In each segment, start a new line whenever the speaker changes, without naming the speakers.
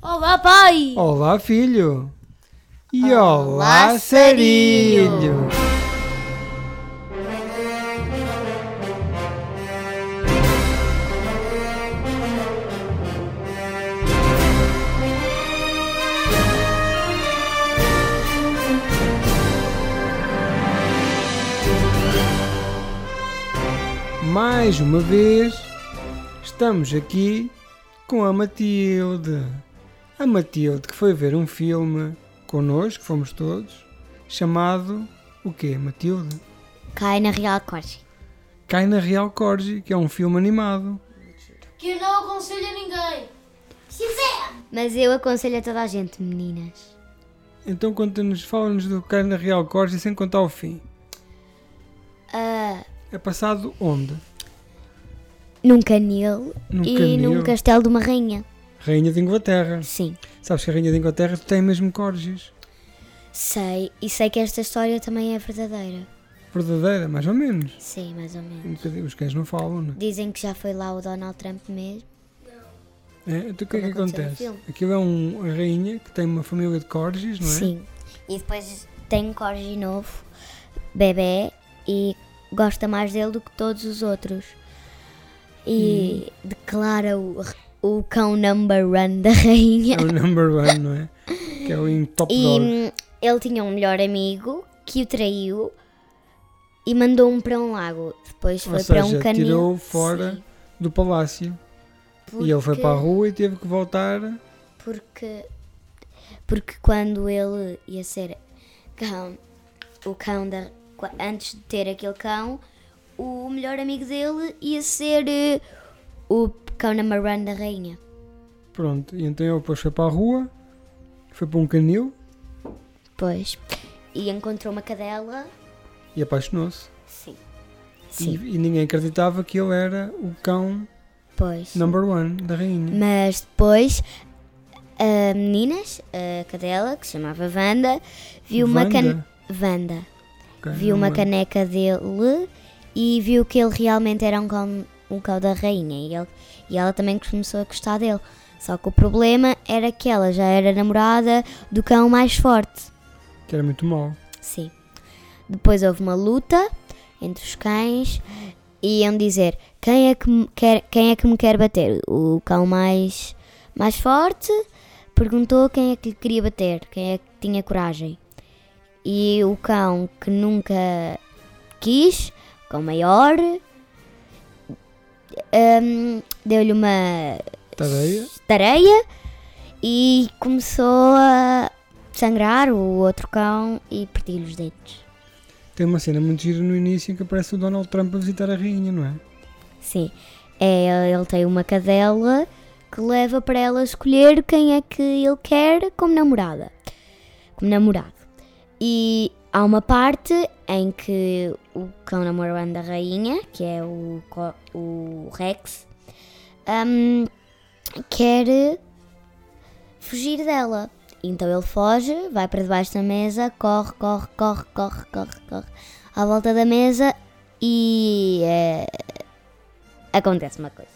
Olá, pai!
Olá, filho. E
Olá,
olá,
serilho.
serilho. Mais uma vez, estamos aqui com a Matilde. A Matilde que foi ver um filme connosco, fomos todos, chamado o quê, Matilde?
Cai na Real Corte.
Cai na Real Corgi, que é um filme animado.
Que eu não aconselho a ninguém.
Mas eu aconselho a toda a gente, meninas.
Então conta-nos, fala-nos do Cai na Real Corgi sem contar o fim.
Ah,
É passado onde?
num canil
Num
e
canil.
num castelo de uma rainha.
Rainha de Inglaterra.
Sim,
Sabes que a Rainha de Inglaterra tem mesmo corgis.
sei. E sei que esta história também é verdadeira.
Verdadeira, mais ou menos.
Sim, mais ou menos.
Um bocadinho, Os cães não falam, né?
Dizem que já foi lá o Donald Trump mesmo.
é? Então o que é que
Como aconteceu no
acontece?
filme.
Aquilo é um, a rainha que tem uma família de corgis, não é?
Sim. E depois tem um corgi novo, bebê, e gosta mais dele do que todos os outros.
Hum.
E declara o, o cão number one da rainha.
É o number one, não é? Que é o em top
E
dog.
hum, ele tinha um melhor amigo que o traiu e mandou-me para um lago. Depois foi
Ou
para
seja,
um canil.
tirou fora
Sim,
do palácio. E ele foi
porque-
para a rua e teve que voltar.
Porque, porque quando ele ia ser cão, o cão da. qua- Antes de ter aquele cão, o melhor amigo dele ia ser eh, o cão number one da rainha.
Pronto. E então ele depois foi para a rua, foi para um canil
Pois. E encontrou uma cadela.
e apaixonou-se.
Sim.
E,
Sim,
e ninguém acreditava que ele era o cão
pois.
number one da rainha.
Mas depois a meninas, a cadela, que se chamava Wanda, viu uma
Wanda?
caneca. Wanda.
Ok,
Viu uma
não é?
caneca dele e viu que ele realmente era um cão, um cão da rainha. E, ele- e ela também começou a gostar dele. Só que o problema era que ela já era namorada do cão mais forte.
Que era muito mau.
Sim. Depois houve uma luta entre os cães e iam dizer quem é que me quer, quem é que me quer bater? O cão mais, mais forte perguntou quem é que lhe queria bater, quem é que tinha coragem. E o cão que nunca quis, o cão maior, hum, deu-lhe uma
Tareia.
tareia e começou a sangrar o outro cão e perdi-lhe os dentes.
Tem uma cena muito gira no início em que aparece o Donald Trump a visitar a rainha, não é?
Sim, é, ele tem uma cadela que leva para ela escolher quem é que ele quer como namorada. Como namorado. E há uma parte em que o cão namorado da rainha, que é o, co- o Rex, hum, quer fugir dela. Então ele foge, vai para debaixo da mesa, corre, corre, corre, corre, corre, corre, à volta da mesa e eh, acontece uma coisa.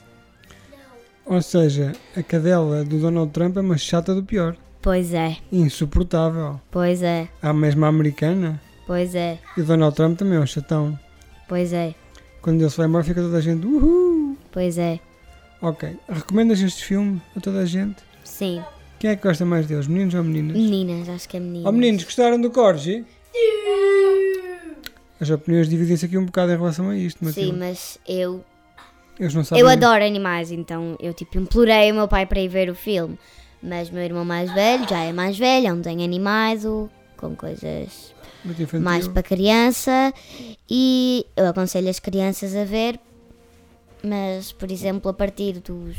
Ou seja, a cadela do Donald Trump é uma chata do pior.
Pois é,
Insuportável.
pois é,
A mesma americana.
pois é,
E o Donald Trump também é um chatão.
pois é,
Quando ele se vai embora fica toda a gente uhul.
pois é.
Ok, recomendas este filme a toda a gente?
Sim,
Quem é que gosta mais deles, meninos ou meninas?
meninas, acho que é meninas.
Ó meninos, gostaram do Corgi? As opiniões dividem-se aqui um bocado em relação a isto,
Sim,
Matilde.
mas eu, um-
Eles não sabem.
eu adoro animais, então eu tipo implorei o meu pai para ir ver o filme. Mas meu irmão mais velho já é mais velho, é um desenho animado, com coisas
Muito infantil.
mais para criança e eu aconselho as crianças a ver, mas por exemplo a partir dos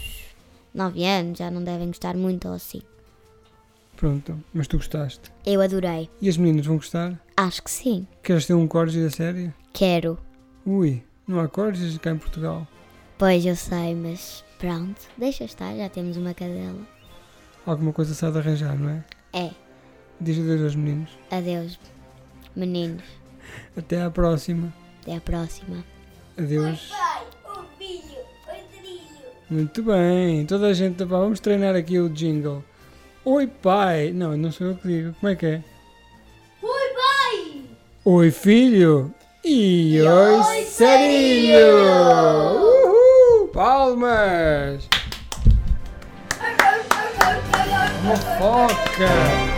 9 anos já não devem gostar muito ou assim.
Pronto, mas tu gostaste.
Eu adorei,
E as meninas vão gostar?
acho que sim,
Queres ter um Corgi da série?
quero.
Ui, não há Corgis cá em Portugal.
Pois eu sei, mas pronto, deixa estar, já temos uma cadela.
Alguma coisa se há de arranjar, não é?
É,
Diz adeus aos meninos.
adeus meninos,
Até à próxima.
até à próxima.
Adeus.
Pai, o filho, o trilho.
Muito bem, toda a gente, vá, vamos treinar aqui o jingle. Oi pai! Não, não sou eu que digo. Como é que é?
Oi, pai!
Oi filho! E,
E
oi,
oi,
serinho!
serinho!
Uhul! Palmas! Uma foca!